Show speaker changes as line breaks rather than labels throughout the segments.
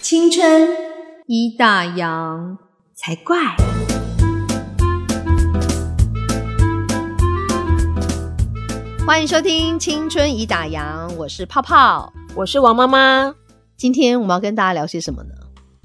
青春
一大洋。
才怪。
欢迎收听《青春已打烊》，我是泡泡。
我是王妈妈。
今天我们要跟大家聊些什么呢？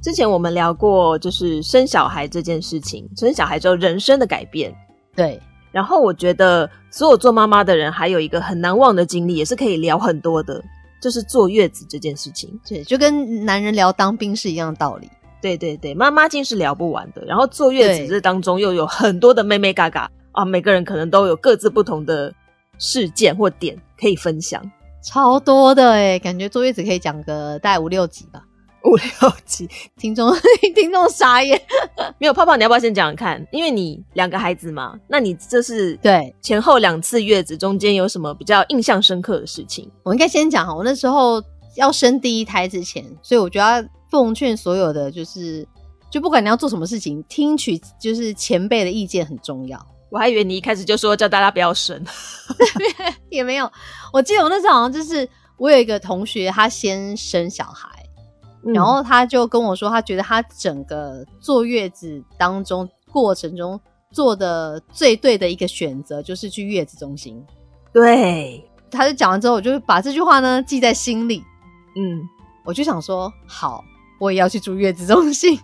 之前我们聊过，就是生小孩这件事情，生小孩之后人生的改变。
对，
然后我觉得，所有做妈妈的人还有一个很难忘的经历，也是可以聊很多的，就是坐月子这件事情。
对，就跟男人聊当兵是一样的道理。
对对对，妈妈竟是聊不完的。然后坐月
对
子这当中又有很多的妹妹嘎嘎啊，每个人可能都有各自不同的事件或点可以分享。
超多的哎、感觉坐月子可以讲个大概五六集吧。
五六集
听众 听众傻眼。
没有泡泡，你要不要先讲讲看？因为你两个孩子嘛，那你这是
对
前后两次月子中间有什么比较印象深刻的事情？
我应该先讲哈，我那时候要生第一胎之前，所以我就要奉劝所有的，就是就不管你要做什么事情，听取就是前辈的意见很重要。
我还以为你一开始就说叫大家不要生，
也没有，我记得我那时候好像就是我有一个同学，他先生小孩，
嗯
然后他就跟我说，他觉得他整个坐月子当中过程中做的最对的一个选择就是去月子中心。
对，
他就讲完之后，我就把这句话呢记在心里，
嗯，
我就想说，好，我也要去住月子中心，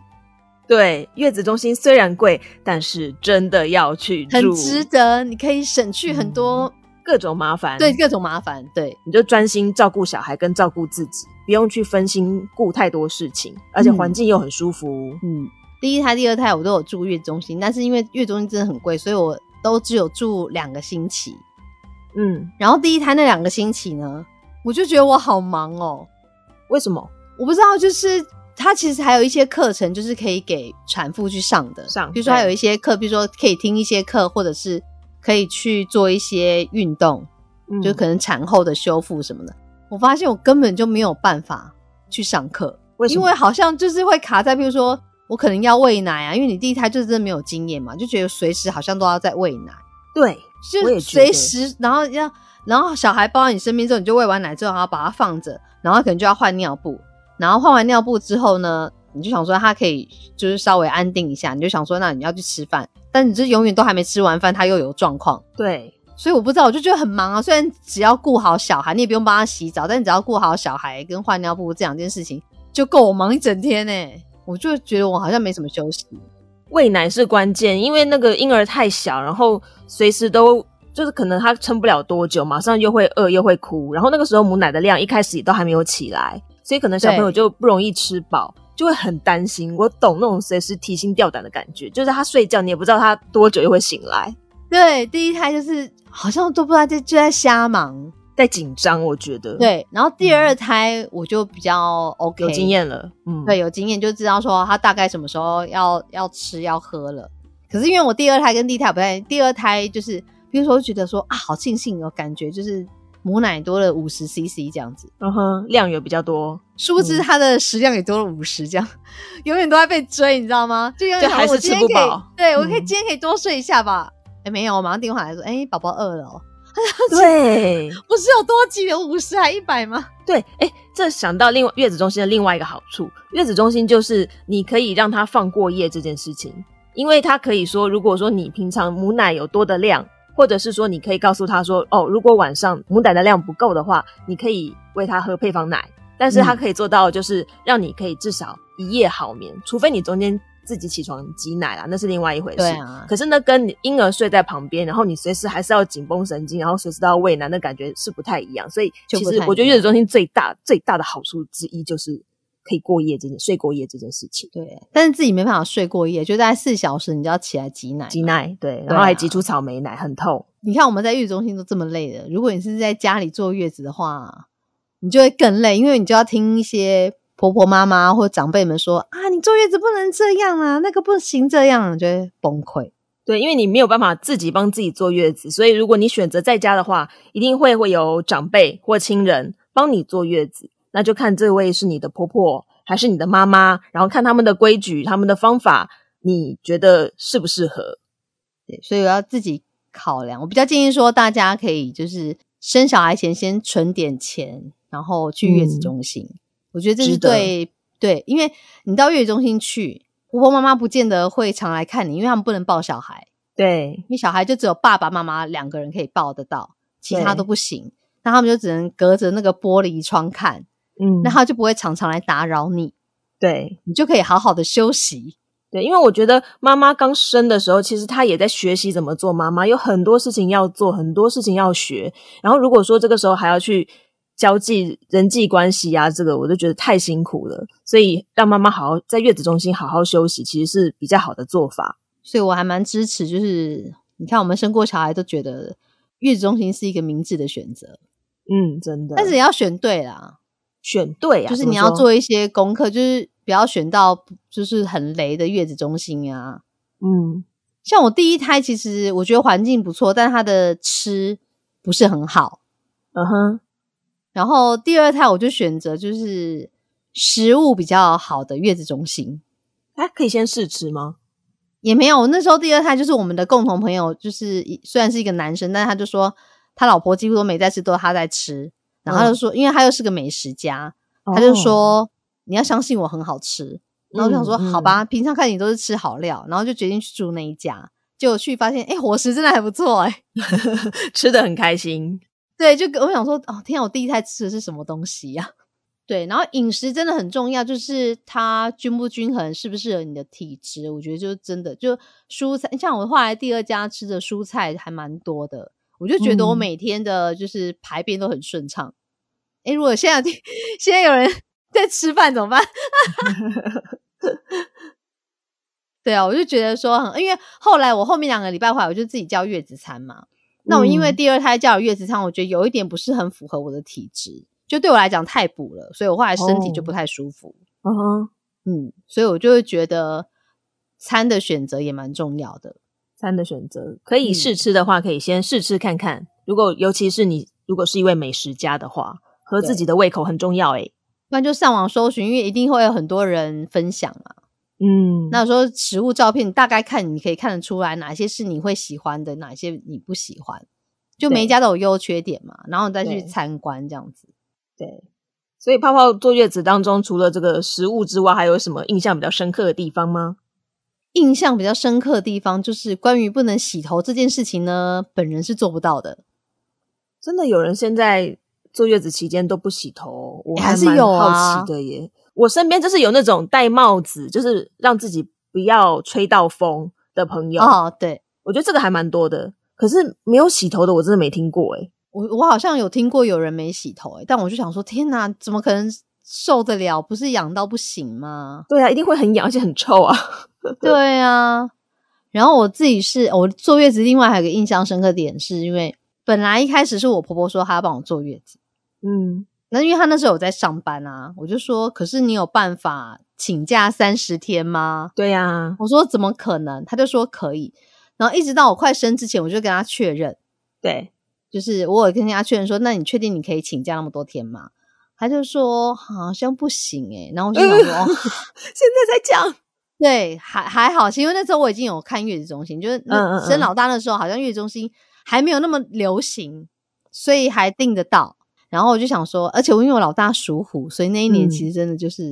对，月子中心虽然贵，但是真的要去住，
很值得，你可以省去很多、
各种麻烦。
对，各种麻烦，对。
你就专心照顾小孩跟照顾自己，不用去分心顾太多事情，而且环境又很舒服。
嗯，第一胎、第二胎我都有住月中心，但是因为月中心真的很贵，所以我都只有住两个星期。
嗯，
然后第一胎那两个星期呢，我就觉得我好忙哦，
为什么？
我不知道，就是它其实还有一些课程，就是可以给产妇去上的，
上
比如说还
对
有一些课，比如说可以听一些课，或者是可以去做一些运动，
嗯
就可能产后的修复什么的。我发现我根本就没有办法去上课，
为什
因
么？
为好像就是会卡在，比如说我可能要喂奶啊，因为你第一胎就是真的没有经验嘛，就觉得随时好像都要在喂奶，
对，
就
我也觉
随
得
时，然后要，然后小孩抱到你身边之后，你就喂完奶之后，然后把它放着，然后可能就要换尿布，然后换完尿布之后呢，你就想说他可以就是稍微安定一下，你就想说那你要去吃饭，但你这永远都还没吃完饭，他又有状况。
对，
所以我不知道，我就觉得很忙啊。虽然只要顾好小孩，你也不用帮他洗澡，但你只要顾好小孩跟换尿布这两件事情，就够我忙一整天呢、欸我就觉得我好像没什么休息。
喂奶是关键，因为那个婴儿太小，然后随时都就是可能他撑不了多久，马上又会饿又会哭，然后那个时候母奶的量一开始也都还没有起来，所以可能小朋友
对
就不容易吃饱，就会很担心。我懂那种随时提心吊胆的感觉，就是他睡觉你也不知道他多久又会醒来，
对，第一胎就是好像都不知道在就在瞎忙。
在紧张，我觉得
对，然后第二胎我就比较 OK，
嗯有经，验了，嗯，
对，，有经验就知道说他大概什么时候要要吃要喝了。可是因为我第二胎跟第一胎不太，第二胎就是比如说我觉得说啊好庆幸哦，感觉就是母奶多了五十 CC 这样子。
嗯哼，量也比较多，
殊不知
嗯
它的食量也多了五十，这样 永远都在被追，你知道吗？就永远
就还是
我今天
吃不
可以
饱
对我可以
嗯
今天可以多睡一下吧？哎、没有，我马上电话来说，哎、宝宝饿了、哦，
对。
不是有多急，有五十还一百吗？
对，哎，这想到另外月子中心的另外一个好处，月子中心就是你可以让他放过夜这件事情，因为他可以说，如果说你平常母奶有多的量，或者是说你可以告诉他说，哦，如果晚上母奶的量不够的话，你可以喂他喝配方奶，但是他
嗯
可以做到就是让你可以至少一夜好眠，除非你中间自己起床挤奶啦，那是另外一回事。
对啊
可是呢，跟你婴儿睡在旁边，然后你随时还是要紧绷神经，然后随时都要喂奶，那感觉是不太一样。所以
就
其
不
实
太
我觉
一
得
样
月子中心最大最大的好处之一就是可以过夜这件睡过夜这件事情。
对，但是自己没办法睡过夜，就大概四小时，你就要起来挤奶。
挤奶对，
对啊
然后还挤出草莓奶，很痛。
你看我们在育中心都这么累了，如果你是在家里坐月子的话，你就会更累，因为你就要听一些婆婆妈妈或长辈们说啊，你坐月子不能这样啊，那个不行这样，啊你就会崩溃。
对，因为你没有办法自己帮自己坐月子，所以如果你选择在家的话，一定会会有长辈或亲人帮你坐月子。那就看这位是你的婆婆还是你的妈妈，然后看他们的规矩、他们的方法，你觉得适不适合？
对，所以我要自己考量。我比较建议说，大家可以就是生小孩前先存点钱，然后去月子
嗯
中心。我觉得这
值
是
得
对对，因为你到月子中心去，婆婆妈妈不见得会常来看你，因为他们不能抱小孩，
对
因为小孩就只有爸爸妈妈两个人可以抱得到，其他
对
都不行。那他们就只能隔着那个玻璃窗看，
嗯，
那他就不会常常来打扰你，
对
你就可以好好的休息。
对，因为我觉得妈妈刚生的时候，其实她也在学习怎么做妈妈，有很多事情要做，很多事情要学。然后如果说这个时候还要去交际人际关系啊，这个我就觉得太辛苦了。所以让妈妈好好在月子中心好好休息，其实是比较好的做法。
所以我还蛮支持，就是你看我们生过小孩都觉得月子中心是一个明智的选择，
嗯，真的。
但是也要选对啦，
选对啊，
就是
怎么
你要
说，
做一些功课，就是不要选到就是很雷的月子中心啊。
嗯，
像我第一胎，其实我觉得环境不错，但它的吃不是很好。
嗯哼，
然后第二胎我就选择就是食物比较好的月子中心，
哎，可以先试吃吗？
也没有。那时候第二胎就是我们的共同朋友，就是一虽然是一个男生，但是他就说他老婆几乎都没在吃，都是他在吃。然后他就说，因为他又是个美食家，他就
嗯哦，
说你要相信我很好吃。然后我就想说，
嗯
好吧，平常看你都是吃好料，然后就决定去住那一家。结果去发现，哎、伙食真的还不错、诶哎，
吃的很开心。
对，就我想说，哦，天啊，我第一胎吃的是什么东西呀、 对，然后饮食真的很重要，就是它均不均衡，适不适合你的体质，我觉得就真的就蔬菜，像我后来第二家吃的蔬菜还蛮多的，我就觉得我
嗯
每天的就是排便都很顺畅。诶，如果现在有听现在有人 在吃饭怎么办？ 对啊，我就觉得说很，因为后来我后面两个礼拜回来，我就自己叫月子餐嘛。那我因为
嗯
第二胎叫了月子餐，我觉得有一点不是很符合我的体质，就对我来讲太补了，所以我后来身体就
哦
不太舒服。
嗯哼，
嗯，所以我就会觉得餐的选择也蛮重要的。
餐的选择可以
嗯
试吃的话，可以先试吃看看。如果尤其是你如果是一位美食家的话，合自己的胃口很重要诶、欸
不然就上网搜寻，因为一定会有很多人分享嘛。
嗯，
那有时候食物照片，你大概看你可以看得出来哪些是你会喜欢的，哪些你不喜欢。就每一
对
家都有优缺点嘛，然后你再去
对
参观这样子。
对。所以泡泡坐月子当中，除了这个食物之外，还有什么印象比较深刻的地方吗？
印象比较深刻的地方就是关于不能洗头这件事情呢，本人是做不到的。
真的有人现在坐月子期间都不洗头哦、我
哎还是
蛮
有啊
好奇的耶。我身边就是有那种戴帽子，就是让自己不要吹到风的朋友，
哦，对
我觉得这个还蛮多的。可是没有洗头的，我真的没听过欸诶、
我我好像有听过有人没洗头、欸，但我就想说，天哪，怎么可能受得了？不是痒到不行吗？
对啊，一定会很痒，而且很臭啊。
对啊。然后我自己是我坐月子，另外还有个印象深刻点，是因为本来一开始是我婆婆说她要帮我坐月子，
嗯，
那因为她那时候有在上班啊，我就说，可是你有办法请假三十天吗？
对啊呀、
我说怎么可能？他就说可以。然后一直到我快生之前，我就跟他确认，
对，
就是我有跟他确认说，那你确定你可以请假那么多天吗？他就说好像不行诶、然后我就 想说，哦
现在才讲，
对，还还好，因为那时候我已经有看月子中心，就是
嗯
那
嗯嗯
生老大那时候好像月子中心还没有那么流行，所以还订得到。然后我就想说，而且我因为我老大属虎，所以那一年
嗯
其实真的就是、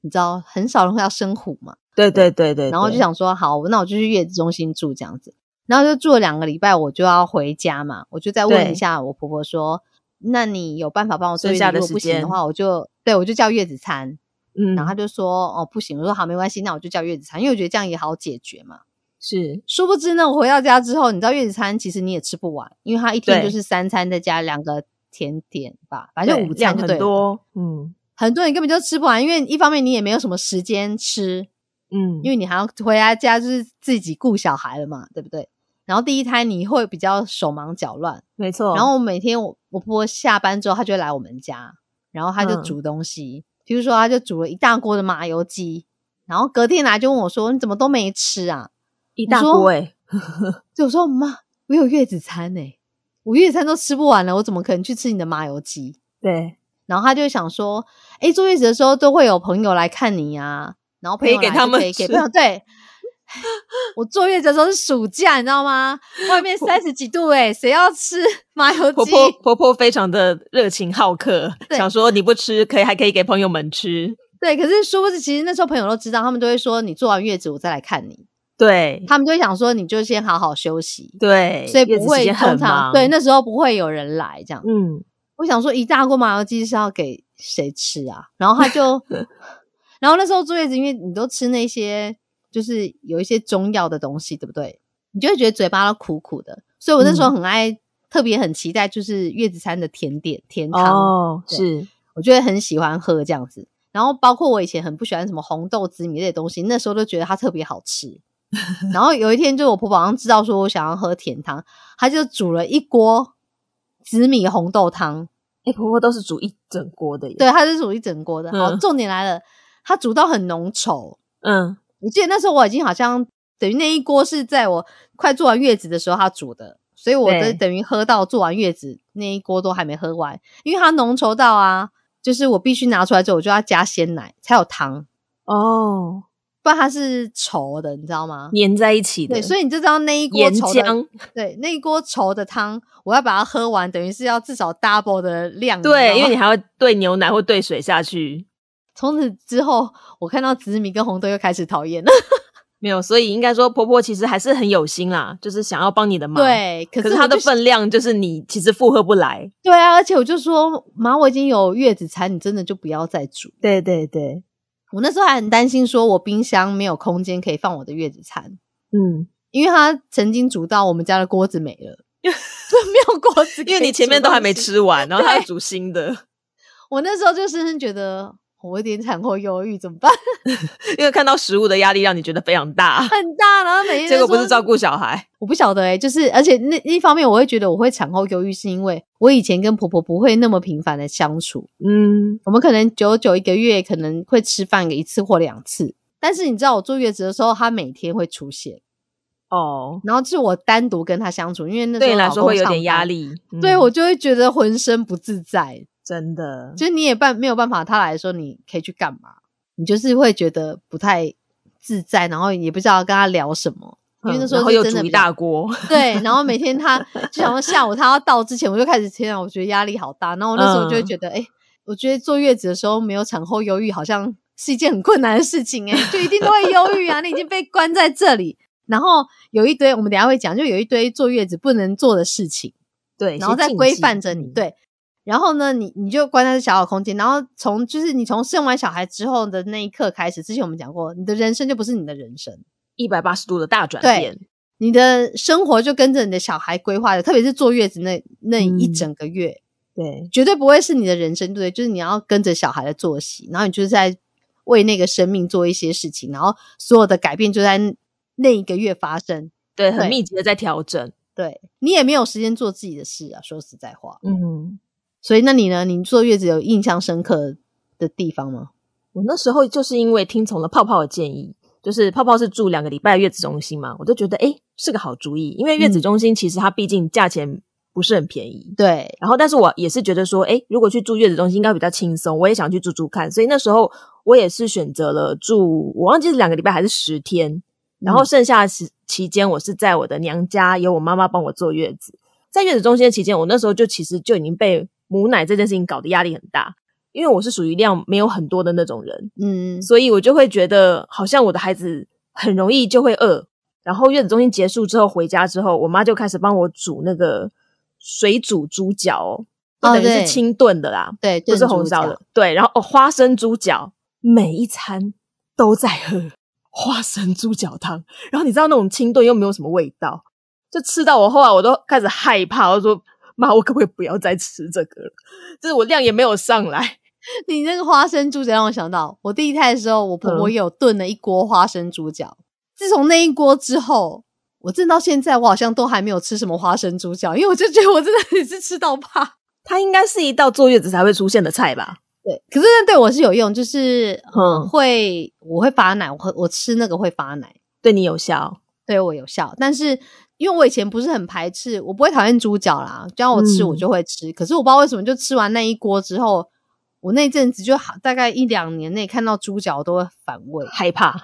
你知道，很少人会要生虎嘛。
对对对对，
然后就
对，
想说，好，那我就去月子中心住这样子。然后就住了两个礼拜，我就要回家嘛，我就再问
对
一下我婆婆说，那你有办法帮我做
剩
月
下
子？
的
如果
时
不行的
间
话，我就对我就叫月子餐。
嗯，
然后她就说，哦，不行。我说好，没关系，那我就叫月子餐，因为我觉得这样也好解决嘛。
是，
殊不知呢，我回到家之后，你知道月子餐其实你也吃不完，因为它一天
对
就是三餐再加两个甜点吧，反
对
正午餐
量
就
很
对了。
多，嗯
很多人根本就吃不完，因为一方面你也没有什么时间吃，
嗯，
因
为
为你还要回来家，就是自己顾小孩了嘛，对不对？然后第一胎你会比较手忙脚乱，
没错，
然后每天我我婆婆下班之后，她就会来我们家，然后她就
嗯
煮东西，比如说她就煮了一大锅的麻油鸡，然后隔天来就问我说：“你怎么都没吃啊
一
我
大
说
锅哎诶、？”
就我说：“妈，我有月子餐呢、我月子餐都吃不完了，我怎么可能去吃你的麻油鸡？”
对，
然后他就会想说，哎，坐月子的时候都会有朋友来看你啊，然后朋
可以
友
给
来
他
就
们
可以给
吃
朋友对。我坐月子的时候是暑假，你知道吗？外面三十几度、欸，谁要吃 麻油
婆
鸡？
婆婆婆非常的热情好客，
对
想说你不吃，可以还可以给朋友们吃，
对，可是殊不知，其实那时候朋友都知道，他们都会说你做完月子我再来看你，
对
他们就会想说你就先好好休息，
对，
所以
月
不
子
会
期间
通
很
常
忙，
对，那时候不会有人来这样。
嗯，
我想说一大锅麻油鸡是要给谁吃啊？然后他就，然后那时候坐月子，因为你都吃那些就是有一些中药的东西，对不对？你就会觉得嘴巴都苦苦的，所以我那时候很爱，特别很期待就是月子餐的甜点甜汤，
哦，
对
是，
我就会很喜欢喝这样子。然后包括我以前很不喜欢什么红豆紫米类的东西，那时候都觉得它特别好吃。然后有一天，就我婆婆好像知道说我想要喝甜汤，她就煮了一锅紫米红豆汤。
哎，婆婆都是煮一整锅的耶，，
对，它是煮一整锅的。好，
嗯
重点来了，它煮到很浓稠。
嗯，
我记得那时候我已经好像等于那一锅是在我快做完月子的时候它煮的，所以我
对
的等于喝到做完月子那一锅都还没喝完，因为它浓稠到啊，就是我必须拿出来之后我就要加鲜奶才有汤，
哦，
不然它是稠的，你知道吗？
粘在一起的，
对，所以你就知道那一锅
岩
稠的，
浆，
对，那一锅稠的汤，我要把它喝完，等于是要至少 double 的
嗯
量。知道吗
对，因为你还会兑牛奶或兑水下去，
从此之后，我看到紫米跟红豆又开始讨厌了。
没有，所以应该说婆婆其实还是很有心啦，就是想要帮你的忙，，
对，可
可
是
是
我
它的
就
分量就是你其实负荷不来，
对啊，而且我就说妈，我已经有月子餐，你真的就不要再煮。
对对对，
我那时候还很担心，说我冰箱没有空间可以放我的月子餐，
嗯，
因为它曾经煮到我们家的锅子没 了，就没有锅子可以煮东西。
因为你前面都还没吃完，然后她要
对
煮新的，
我那时候就深深觉得我有点产后忧郁，怎么办？
因为看到食物的压力让你觉得非常大，
很大，然后每天
结
都
果不是
说
照顾小孩，
我不晓得哎、就是而且那一方面，我会觉得我会产后忧郁，是因为我以前跟婆婆不会那么频繁的相处，
嗯，
我们可能久久一个月可能会吃饭个一次或两次，但是你知道我坐月子的时候，她每天会出现，
哦，
然后是我单独跟她相处，因为那时候
对你来
老
说
公
会有
上
点压
班，
力，嗯
对我就会觉得浑身不自在，
真的，
就是你也办没有办法，他来说你可以去干嘛，你就是会觉得不太自在，然后也不知道跟他聊什么，因为那
嗯
时候
然后
是
又
真的
煮一
比较
大锅，
对，然后每天他就想说下午他要到之前，我就开始天啊，我觉得压力好大。然后我那时候就会
嗯
觉得，哎、我觉得坐月子的时候没有产后忧郁，好像是一件很困难的事情、哎，就一定都会忧郁啊，你已经被关在这里。然后有一堆，我们等一下会讲，就有一堆坐月子不能做的事情，
对，
然后
是
再
禁
规
忌嗯
范着你，，对。然后呢，你你就关在这小小空间，然后从就是你从生完小孩之后的那一刻开始，之前我们讲过，你的人生就不是你的人生，
一百八十度的大转
对
变，
你的生活就跟着你的小孩规划的，特别是坐月子那那
嗯
一整个月，
对，
绝对不会是你的人生，对不对？就是你要跟着小孩的作息，然后你就是在为那个生命做一些事情，然后所有的改变就在那一个月发生。
对，很
对
密集的在调整，
对你也没有时间做自己的事啊，说实在话。
嗯。
所以，那你呢？你坐月子有印象深刻的地方吗？
我那时候就是因为听从了泡泡的建议，就是泡泡是住两个礼拜的月子中心嘛，我就觉得诶是个好主意，因为月子中心其实它毕竟价钱不是很便宜。
对，
然后，但是我也是觉得说，诶，如果去住月子中心应该比较轻松，我也想去住住看，所以那时候我也是选择了住，我忘记是两个礼拜还是十天，然后
嗯
剩下的时期间我是在我的娘家，由我妈妈帮我坐月子。在月子中心的期间，我那时候就其实就已经被母奶这件事情搞得压力很大，因为我是属于量没有很多的那种人，
嗯，
所以我就会觉得好像我的孩子很容易就会饿。然后月子中心结束之后回家之后，我妈就开始帮我煮那个水煮猪脚、哦，就
哦
等于
对
是清炖的啦，
对，
不是
炖猪
红烧的
脚。。
对，然后哦，花生猪脚，每一餐都在喝花生猪脚汤。然后你知道那种清炖又没有什么味道，就吃到我后来我都开始害怕，我就说妈，我可不可以不要再吃这个了？就是我量也没有上来。
你那个花生猪脚让我想到，我第一胎的时候，我婆婆
嗯
也有炖了一锅花生猪脚。自从那一锅之后，我真的到现在，我好像都还没有吃什么花生猪脚，因为我就觉得我真的也是吃到怕。
它应该是一道坐月子才会出现的菜吧？
对，可是那对我是有用，就是
嗯
会我会发奶，我会我吃那个会发奶，
对你有效。
对我有效。但是因为我以前不是很排斥，我不会讨厌猪脚啦，只要我吃
嗯
我就会吃。可是我不知道为什么，就吃完那一锅之后，我那阵子就好大概一两年内看到猪脚都会反胃。
害 怕，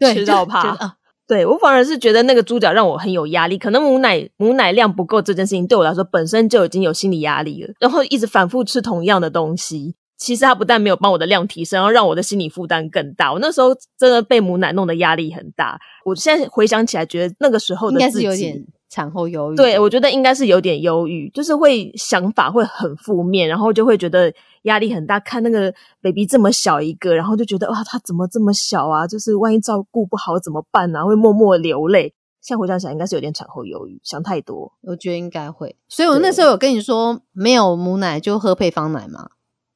对，
吃
就
到
觉得
怕。
啊
对我反而是觉得那个猪脚让我很有压力，可能母奶母奶量不够这件事情对我来说本身就已经有心理压力了，然后一直反复吃同样的东西，其实它不但没有帮我的量提升，然后让我的心理负担更大。我那时候真的被母奶弄得压力很大。我现在回想起来，觉得那个时候
应
的
该是
自己，
有点产后忧郁。
对我觉得应该是有点忧郁，就是会想法会很负面，然后就会觉得压力很大。看那个 baby 这么小一个，然后就觉得哇，啊他怎么这么小啊？就是万一照顾不好怎么办啊？会默默流泪。现在回想起来，应该是有点产后忧郁，想太多。
我觉得应该会。所以我那时候有跟你说，没有母奶就喝配方奶嘛。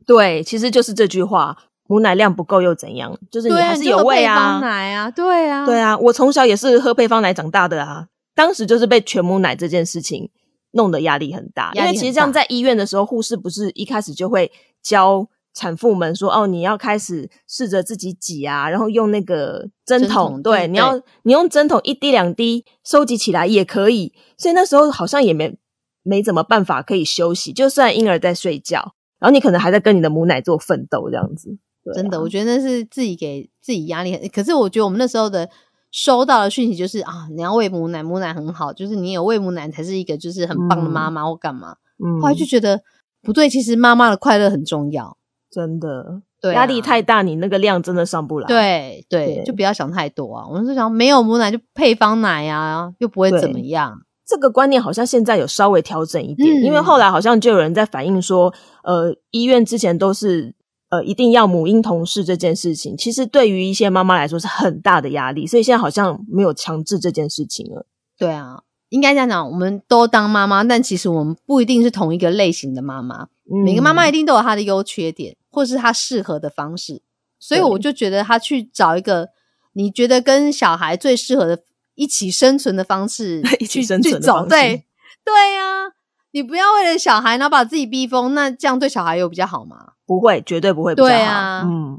对，其实就是这句话：母奶量不够又怎样？就是你
对啊，
还是
你就
有
喝
喂
配
啊
方。奶啊，对啊，
对啊，我从小也是喝配方奶长大的啊。当时就是被全母奶这件事情弄得压力很大，
压力很
因为其实这样在医院的时候，护士不是一开始就会教产妇们说，哦，你要开始试着自己挤啊，然后用那个针
针
筒，
筒
对，
对
你要你用针筒一滴两滴收集起来也可以。所以那时候好像也没没怎么办法可以休息，就算婴儿在睡觉，然后你可能还在跟你的母奶做奋斗这样子。对啊
真的，我觉得那是自己给自己压力很。可是我觉得我们那时候的收到的讯息就是啊，你要喂母奶，母奶很好，就是你有喂母奶才是一个就是很棒的妈妈或干嘛。
嗯
后来就觉得不对，其实妈妈的快乐很重要。
真的
对啊、
压力太大，你那个量真的上不来。
对对
对，
就不要想太多啊。我们是想没有母奶就配方奶啊，又不会
对
怎么样。
这个观念好像现在有稍微调整一点，
嗯
因为后来好像就有人在反映说，呃，医院之前都是呃一定要母婴同事这件事情，其实对于一些妈妈来说是很大的压力，所以现在好像没有强制这件事情了。
对啊，应该这样讲，我们都当妈妈，但其实我们不一定是同一个类型的妈妈。
嗯
每个妈妈一定都有她的优缺点，或是她适合的方式。所以
对
我就觉得，她去找一个你觉得跟小孩最适合的一起生存的方式
一起
去
生存
去
的
走。
方式
对对呀、你不要为了小孩然后把自己逼疯，那这样对小孩有比较好吗？
不会，绝对不会比较好。
对啊
嗯，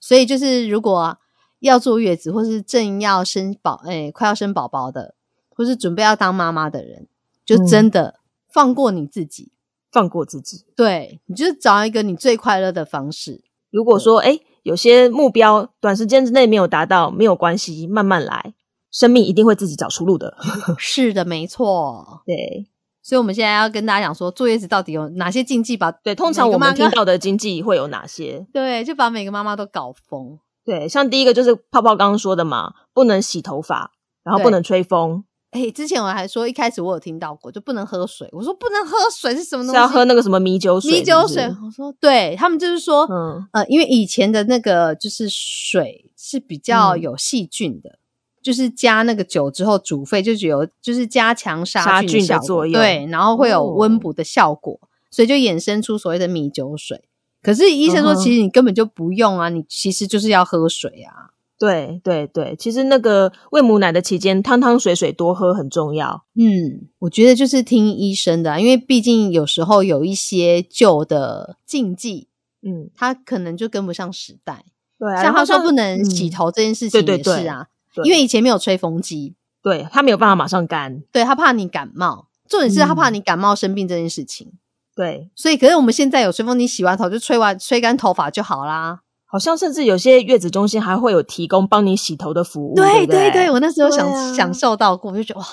所以就是如果要坐月子，或是正要生宝，哎、快要生宝宝的，或是准备要当妈妈的人，就
嗯
真的放过你自己，
放过自己。
对你就找一个你最快乐的方式。
如果说哎，诶有些目标短时间之内没有达到，没有关系，慢慢来，生命一定会自己找出路的。
是的，没错。
对。
所以我们现在要跟大家讲说，坐月子到底有哪些禁忌吧？
对，通常
每个
我
妈
们
妈
听到的经济会有哪些？
对，就把每个妈妈都搞疯。
对，像第一个就是泡泡刚刚说的嘛，不能洗头发，然后
对
不能吹风，
哎、之前我还说，一开始我有听到过，就不能喝水。我说不能喝水是什么东
是
西？
要喝那个什么米酒水？
米酒水。
是不是
我说对，他们就是说，
嗯，
呃，因为以前的那个就是水是比较
嗯
有细菌的，就是加那个酒之后煮沸，就有就是加强
杀
杀
菌的
效果
作用
对，然后会有
哦
温补的效果，所以就衍生出所谓的米酒水。可是医生说，
嗯哼
其实你根本就不用啊，你其实就是要喝水啊。
对对对，其实那个喂母奶的期间，汤汤水水多喝很重要。
嗯，我觉得就是听医生的啊、因为毕竟有时候有一些旧的禁忌，
嗯，
它可能就跟不上时代。
对啊。
像
然后
他说不能洗，
嗯
头这件事情
对对
也
对
是啊，
对
因为以前没有吹风机，
对他没有办法马上干。
对他怕你感冒，重点是他怕
嗯
你感冒生病这件事情。
对，
所以，可是我们现在有吹风机，洗完头就吹完吹干头发就好啦。
好像甚至有些月子中心还会有提供帮你洗头的服务。对不
对对，我那时候
对
享、
啊
享受到过，我就觉得哇，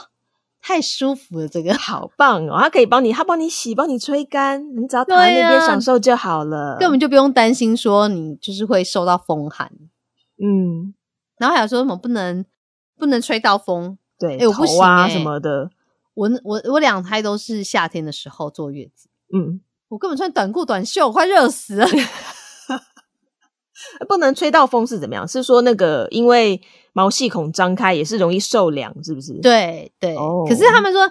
太舒服了这个。
好棒哦！他可以帮你，他帮你洗，帮你吹干，你只要躺在那
对
边
啊
享受就好了。
根本就不用担心说你就是会受到风寒，
嗯，
然后还有说什么不能不能吹到风。
对，
欸我不
头
行
啊
欸
什么的，
我我我两胎都是夏天的时候坐月子，
嗯，
我根本穿短裤短袖，我快热死了。
不能吹到风是怎么样？是说那个因为毛细孔张开也是容易受凉，是不是？，
对对、
哦
可是他们说，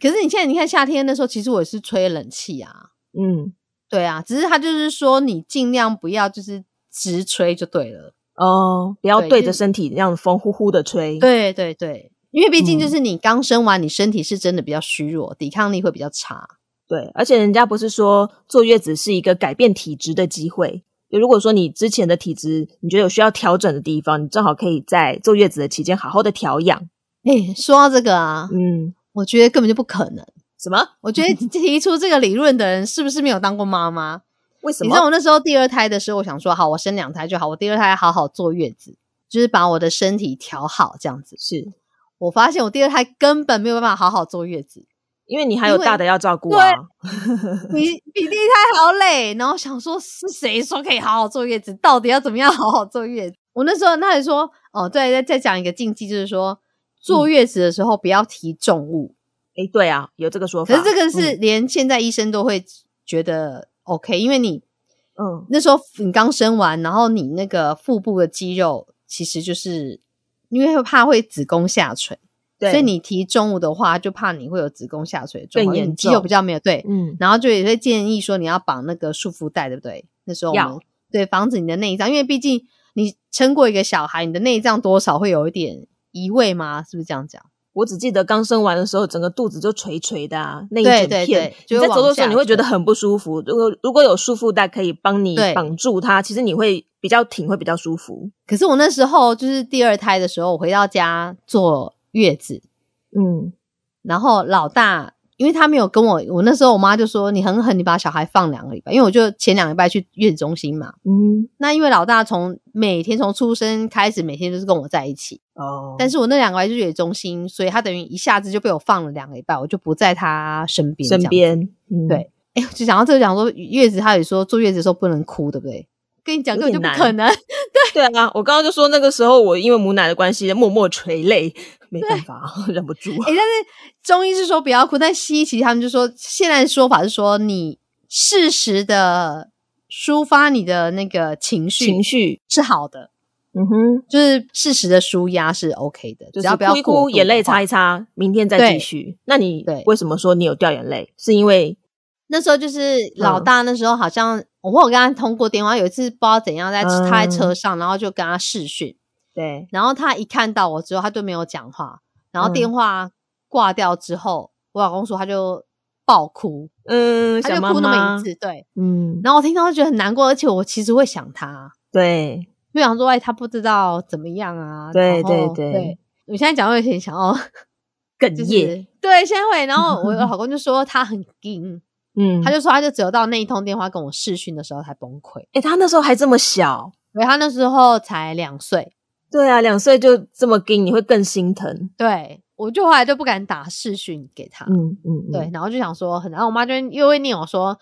可是你现在你看夏天的时候，其实我也是吹冷气啊，
嗯，
对啊，只是他就是说你尽量不要就是直吹就对了，
哦，不要
对
对
就
着
是
身体让风呼呼的吹。，
对对对，因为毕竟
嗯
就是你刚生完，你身体是真的比较虚弱，抵抗力会比较差，
对，而且人家不是说坐月子是一个改变体质的机会。就如果说你之前的体质你觉得有需要调整的地方，你正好可以在坐月子的期间好好的调养。
哎、说到这个啊、
嗯，
我觉得根本就不可能。
什么？
我觉得提出这个理论的人是不是没有当过妈妈？
为什
你知道
么？
我那时候第二胎的时候，我想说，好，我生两胎就好，我第二胎好好坐月子，就是把我的身体调好这样子。
是
我发现我第二胎根本没有办法好好坐月子，
因为你还有
因为
大的要照顾啊。
比比第一胎还要累。然后想说是谁说可以好好坐月子，到底要怎么样好好坐月子？我那时候那里说，哦，对，再再讲一个禁忌，就是说坐
嗯
月子的时候不要提重物。
哎、对啊，有这个说法。
可是这个是
嗯
连现在医生都会觉得 OK，因为你
嗯
那时候你刚生完，然后你那个腹部的肌肉其实就是因为会怕会子宫下垂，
对，
所以你提重物的话，就怕你会有子宫下垂的状
更
况，因为
严
你肌肉
重
比较没有对，
嗯
然后就也会建议说你要绑那个束缚带，对不对？那时候我们
要
对防止你的内脏，因为毕竟你撑过一个小孩，你的内脏多少会有一点移位吗？是不是这样讲？
我只记得刚生完的时候，整个肚子就垂垂的啊，那一
对
整
对
片。
对就
你
会
在走路的时候，
往下
你会觉得很不舒服。如果如果有束缚带可以帮你
对
绑住它，其实你会比较挺，会比较舒服。
可是我那时候就是第二胎的时候，我回到家坐月子，
嗯，
然后老大因为他没有跟我，我那时候我妈就说你很狠，你把小孩放两个礼拜，因为我就前两个礼拜去月子中心嘛。
嗯，
那因为老大从每天从出生开始，每天都是跟我在一起，
哦
但是我那两个月就月子中心，所以他等于一下子就被我放了两个礼拜，我就不在他身边。
身，边，嗯
对哎、就讲到这个，讲说月子，他也说坐月子的时候不能哭，对不对？跟你讲
有
根本就
点
不
难
可能，
对啊，我刚刚就说那个时候我因为母奶的关系默默垂泪，没办法， 忍不住。
哎、但是中医是说不要哭，但西医其实他们就说，现在的说法是说你适时的抒发你的那个情绪
情绪，
是好的，
嗯哼，
就是适时的舒压是 OK 的，
就
只要
是
不要
哭一
过
哭，
度
眼泪
的话
擦一擦，明天再
对
继续。那你
对
为什么说你有掉眼泪？是因为
那时候就是老
嗯
大，那时候好像、我我有跟他通过电话，有一次不知道怎样在、
嗯
他在车上，然后就跟他视讯，
对，
然后他一看到我之后，他就没有讲话，然后
嗯
电话挂掉之后，我老公说他就爆哭，
嗯，
他
小
就
妈
哭那么
妈
一，次，对，
嗯，
然后我听到就觉得很难过，而且我其实会想他，
对，
就想说哎他不知道怎么样啊，
对
然后
对对
对，我现在讲我有点想要就
哽
是、
咽，
对，现在会，然后 我老公就说他很硬。
嗯，
他就说他就只有到那一通电话跟我视讯的时候才崩溃，
哎、他那时候还这么小，
因为他那时候才两岁，
对啊，两岁就这么硬，你会更心疼，
对我就后来就不敢打视讯给他，
嗯嗯，嗯
对，，然后就想说很，然后我妈就又会念我说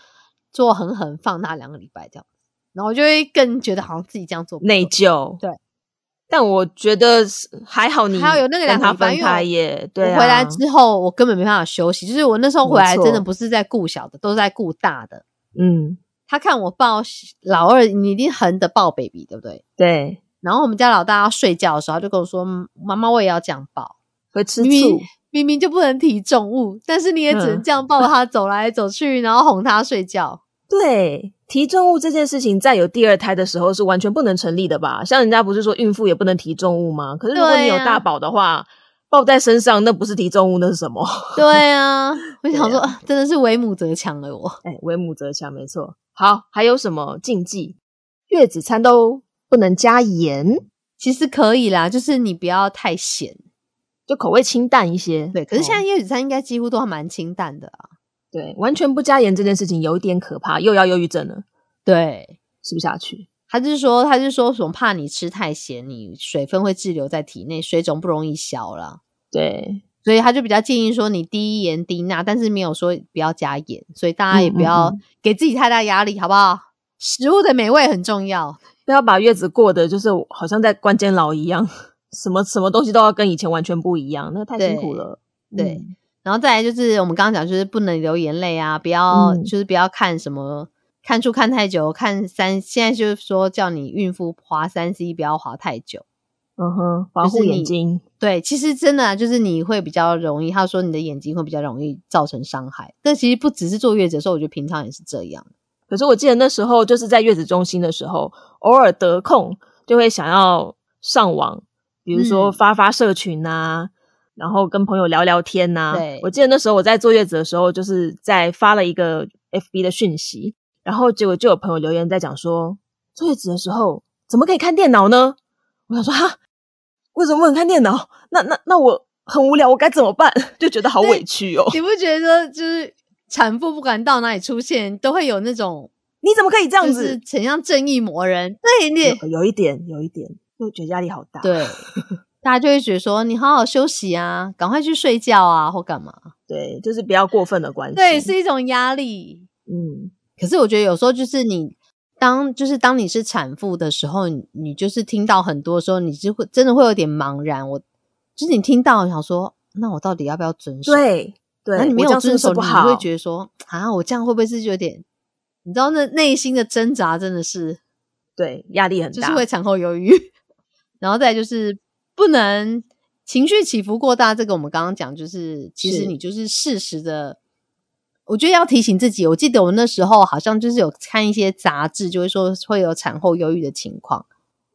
做狠狠放他两个礼拜这样子，然后我就会更觉得好像自己这样做不
内
对
疚，
对。
但我觉得是还好你
还好有那个两
跟
个
他
礼拜
分
因为我
开耶，对啊，
我回来之后，我根本没办法休息，就是我那时候回来
没错
真的不是在顾小的，都是在顾大的。
嗯，
他看我抱老二，你一定横着抱 baby，对不对？
对，
然后我们家老大要睡觉的时候，他就跟我说：“嗯妈妈，我也要这样抱。”
会吃
明明
醋，
明明就不能提重物，但是你也只能
嗯
这样抱着他走来走去，然后哄他睡 觉。
对，提重物这件事情，在有第二胎的时候是完全不能成立的吧？像人家不是说孕妇也不能提重物吗？可是如果
对
你有
啊
大宝的话，抱在身上那不是提重物，那是什么？
对啊，我想说，
对
啊真的是为母则强了我。
哎，为母则强，没错。好，还有什么禁忌？月子餐都不能加盐，
其实可以啦，就是你不要太咸。
就口味清淡一些。
对，可是现在
哦、
月子餐应该几乎都还蛮清淡的啊。
对完全不加盐这件事情有一点可怕，又要忧郁症了，
对，
吃不下去。
他就是说，他就是说什么怕你吃太咸，你水分会滞留在体内，水肿不容易消啦。
对，
所以他就比较建议说你低盐低钠，但是没有说不要加盐，所以大家也不
嗯
要
嗯
给自己太大压力，好不好？食物的美味很重要。
不要把月子过得就是好像在关监牢一样，什么什么东西都要跟以前完全不一样，那太辛苦了。
对
嗯
然后再来就是我们刚刚讲，就是不能流眼泪啊，不要、
嗯
就是不要看什么看书看太久，看三现在就是说叫你孕妇划三 C 不要划太久。
嗯哼，保
就
护
是你
眼睛。
对，其实真的啊、就是你会比较容易，他说你的眼睛会比较容易造成伤害。但其实不只是坐月子的时候，我觉得平常也是这样。
可是我记得那时候就是在月子中心的时候，偶尔得空就会想要上网，比如说
嗯
发发社群啊，然后跟朋友聊聊天呐、
对
我记得那时候我在坐月子的时候，就是在发了一个 FB 的讯息，然后结果就有朋友留言在讲说，坐月子的时候怎么可以看电脑呢？我想说哈，为什么不能看电脑？那那那我很无聊，我该怎么办？ 就觉得好
对
委屈哦。
你不觉得就是产妇不管到哪里出现，都会有那种
你怎么可以这样
就
子？
是很像正义魔人？对，你
有有一点，有一点，就觉得压力好 大。
对，大家就会觉得说你好好休息啊，赶快去睡觉啊，或干嘛。
对，就是不要过分的关系。
对，是一种压力。
嗯，
可是我觉得有时候就是你当就是当你是产妇的时候，你你就是听到很多时候，你是会真的会有点茫然。我就是你听到想说，那我到底要不要遵守？
对对，
那你没
我这
有
样是
遵
不
守，你
是不好，
会觉得说啊，我这样会不会是有点？你知道那内心的挣扎真的是
对压力很
就
大。
是会产后忧郁， 然后再来就是不能情绪起伏过大。这个我们刚刚讲，就是其实
是
你就是适时的，我觉得要提醒自己。我记得我那时候好像就是有看一些杂志，就会说会有产后忧郁的情况，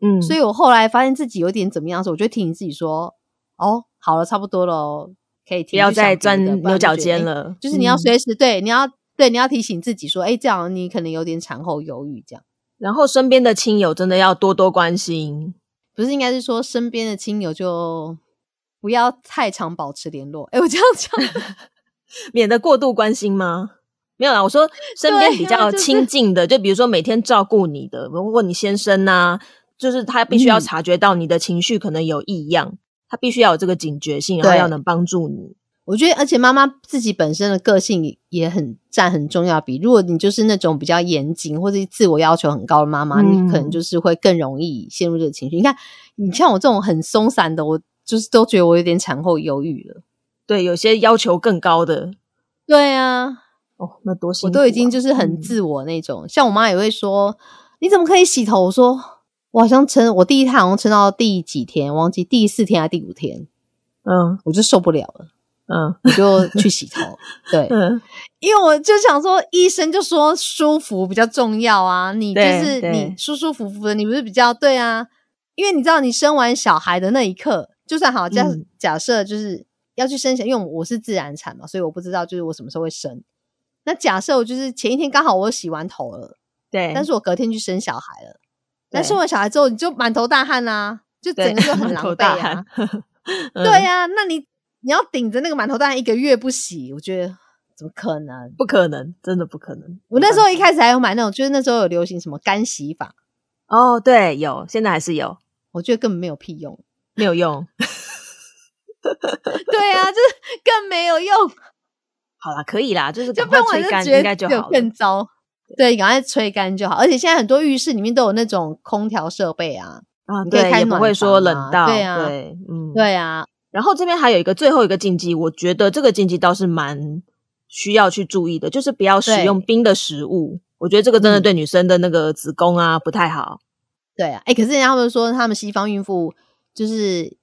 嗯，
所以我后来发现自己有点怎么样的时候，我就提醒自己说：“哦，好了，差不多了哦，可以
不
停，
要
去想
再
别的
钻
不然
牛
就
角
觉得
尖
哎
了。
就是你要
嗯
随时、对，你要对，你要提醒自己说，哎、这样你可能有点产后忧郁，这样
然后身边的亲友真的要多多关心。
不是应该是说身边的亲友就不要太常保持联络。哎、我这样 讲，
免得过度关心吗？没有啦，我说身边
对
比
啊
较
就是
亲近的，就比如说每天照顾你的，包括你先生呐、就是他必须
嗯
要察觉到你的情绪可能有异样，他必须要有这个警觉性，然后
对
要能帮助你。
我觉得而且妈妈自己本身的个性也很占很重要比。如果你就是那种比较严谨或者自我要求很高的妈妈，你可能
嗯
就是会更容易陷入这个情绪。你看，你像我这种很松散的，我就是都觉得我有点产后忧郁了。
对，有些要求更高的
对啊，
哦，那多辛
我
苦啊、
都已经就是很
嗯
自我那种。像我妈也会说：“你怎么可以洗头？”我说：“我好像撑，我第一胎好像撑到第几天，忘记第四天还是第五天，
嗯
我就受不了了，
嗯
我就去洗头。对，
嗯，
因为我就想说，医生就说舒服比较重要啊，你就
对
是
对
你舒舒服服的，你不是比较对啊？因为你知道，你生完小孩的那一刻，就算好假、
嗯
假设就是要去生小，因为我是自然产嘛，所以我不知道就是我什么时候会生。那假设我就是前一天刚好我洗完头了，
对，
但是我隔天去生小孩了，那
对
生完小孩之后你就满头大汗啊，就
对
整个就很
满
狼
头
狈
大
啊
汗，。嗯对
对啊，那你你要顶着那个满头大汗一个月不洗，我觉得怎么可能？
不可能，真的不可能。
我那时候一
始
开始还有买那种，就是那时候有流行什么干洗法，
哦，对，有，现在还是有，
我觉得根本没有屁用。
没有用。
对啊，就是更没有 用，
好啦，可以啦，就是
就
赶
不
快
然我
吹
就
干，
觉
应
得
该就
有
好了。
更糟。对，赶快吹干就好。而且现在很多浴室里面都有那种空调设备啊。
啊，
你可以
对
开
也不
暖
会
房
说冷
啊
到，
对啊
嗯，。
对啊，
然后这边还有一个最后一个禁忌，我觉得这个禁忌倒是蛮需要去注意的，就是不要使
对
用冰的食物。我觉得这个真的
嗯
对女生的那个子宫啊不太好。
对啊。哎、可是人家们说他们西方孕妇就是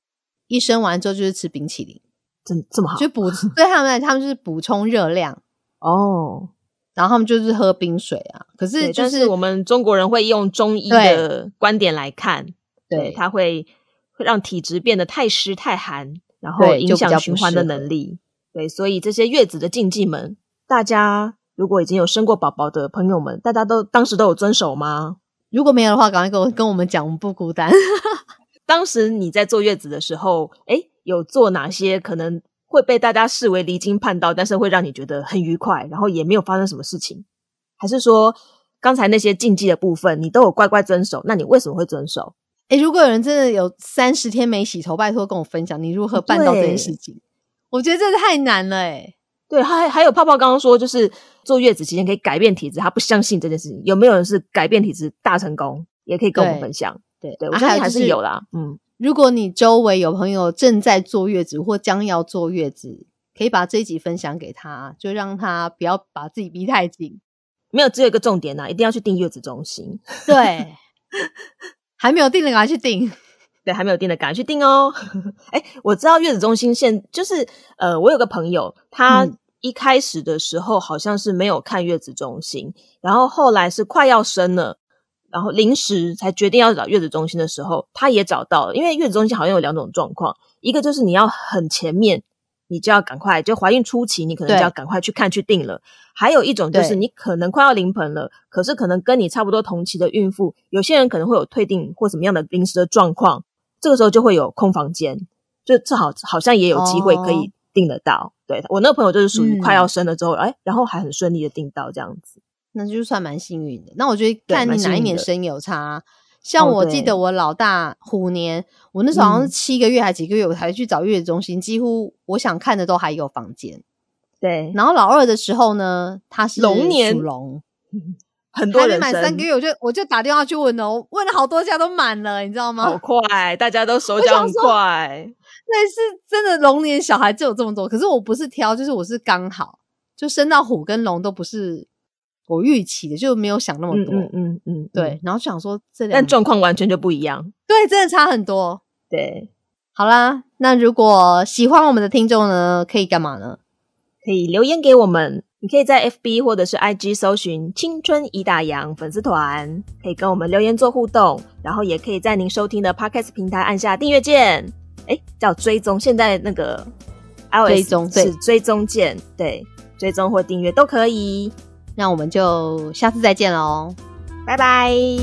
一生完之后就是吃冰淇淋，
真这么好
就 补对他们来，他们就是补充热量，
哦？
然后他们就是喝冰水啊。可是
对，
就
但是我们中国人会用中医
对
的观点来看，
对
它会会让体质变得太湿太寒，然后
对就
影
比较
响
不
循环的
适合
能力。对，所以这些月子的禁忌们，大家如果已经有生过宝宝的朋友们，大家都当时都有遵守吗？
如果没有的话，赶快跟我跟我们讲，我们不孤单。
当时你在坐月子的时候，哎，有做哪些可能会被大家视为离经叛道，但是会让你觉得很愉快，然后也没有发生什么事情？还是说刚才那些禁忌的部分，你都有乖乖遵守？那你为什么会遵守？
哎、如果有人真的有三十天没洗头，拜托跟我分享你如何办到这件事 情。我觉得这太难了、欸，
对，还还有泡泡刚刚说，就是坐月子期间可以改变体质，他不相信这件事情。有没有人是改变体质大成功？也可以跟我们
对
分享。
对
对，
啊
我相
还
信
有
还
就是
有啦。嗯，
如果你周围有朋友正在坐月子或将要坐月子，可以把这一集分享给他，就让他不要把自己逼太 紧。
没有，只有一个重点呐、啊一定要去订月子中心。
对，还没有定的赶快去定。
对，还没有订的，赶快去订哦。 哎，我知道月子中心现就是呃，我有个朋友，他
嗯
一开始的时候好像是没有看月子中心，然后后来是快要生了，然后临时才决定要找月子中心的时候，他也找到了。因为月子中心好像有两种状况，一个就是你要很前面，你就要赶快，就怀孕初期，你可能就
对
要赶快去看去定了。还有一种就是
对
你可能快要临盆了，可是可能跟你差不多同期的孕妇，有些人可能会有退订或什么样的临时的状况，这个时候就会有空房间，就正好好像也有机会可
哦
以订得到。对我那个朋友就是属于快要
嗯
生了之后，哎、然后还很顺利的订到这样子。
那就算蛮幸运的。那我觉得
对
看
蛮
你
幸
哪一
运
年
的
生有差。像
哦
我
对
记得我老大虎年，我那时候好像是
嗯
七个月还几个月，我才去找月子中心，几乎我想看的都还有房间。
对，
然后老二的时候呢，他是
龙年
属龙，
很多
还没
人
满
生
三个月，我就我就打电话去问哦，问了好多家都满了，你知道吗？
好快，大家都手
我想
脚很
说
快。
对，是真的龙年小孩就有这么多，可是我不是挑，就是我是刚好就生到虎跟龙都不是我预期的，就没有想那么
嗯
多。
嗯嗯嗯，
对，
嗯，
然后想说这两
但状况完全就不一样。
对真的差很多。
对，
好啦，那如果喜欢我们的听众呢，可以干嘛呢？
可以留言给我们。你可以在 FB 或者是 IG 搜寻“青春已打烊”粉丝团，可以跟我们留言做互动，然后也可以在您收听的 Podcast 平台按下订阅键，哎，叫追踪。现在那个 iOS
追踪对
是追踪键，对，追踪或订阅都可以。
那我们就下次再见喽。
拜拜。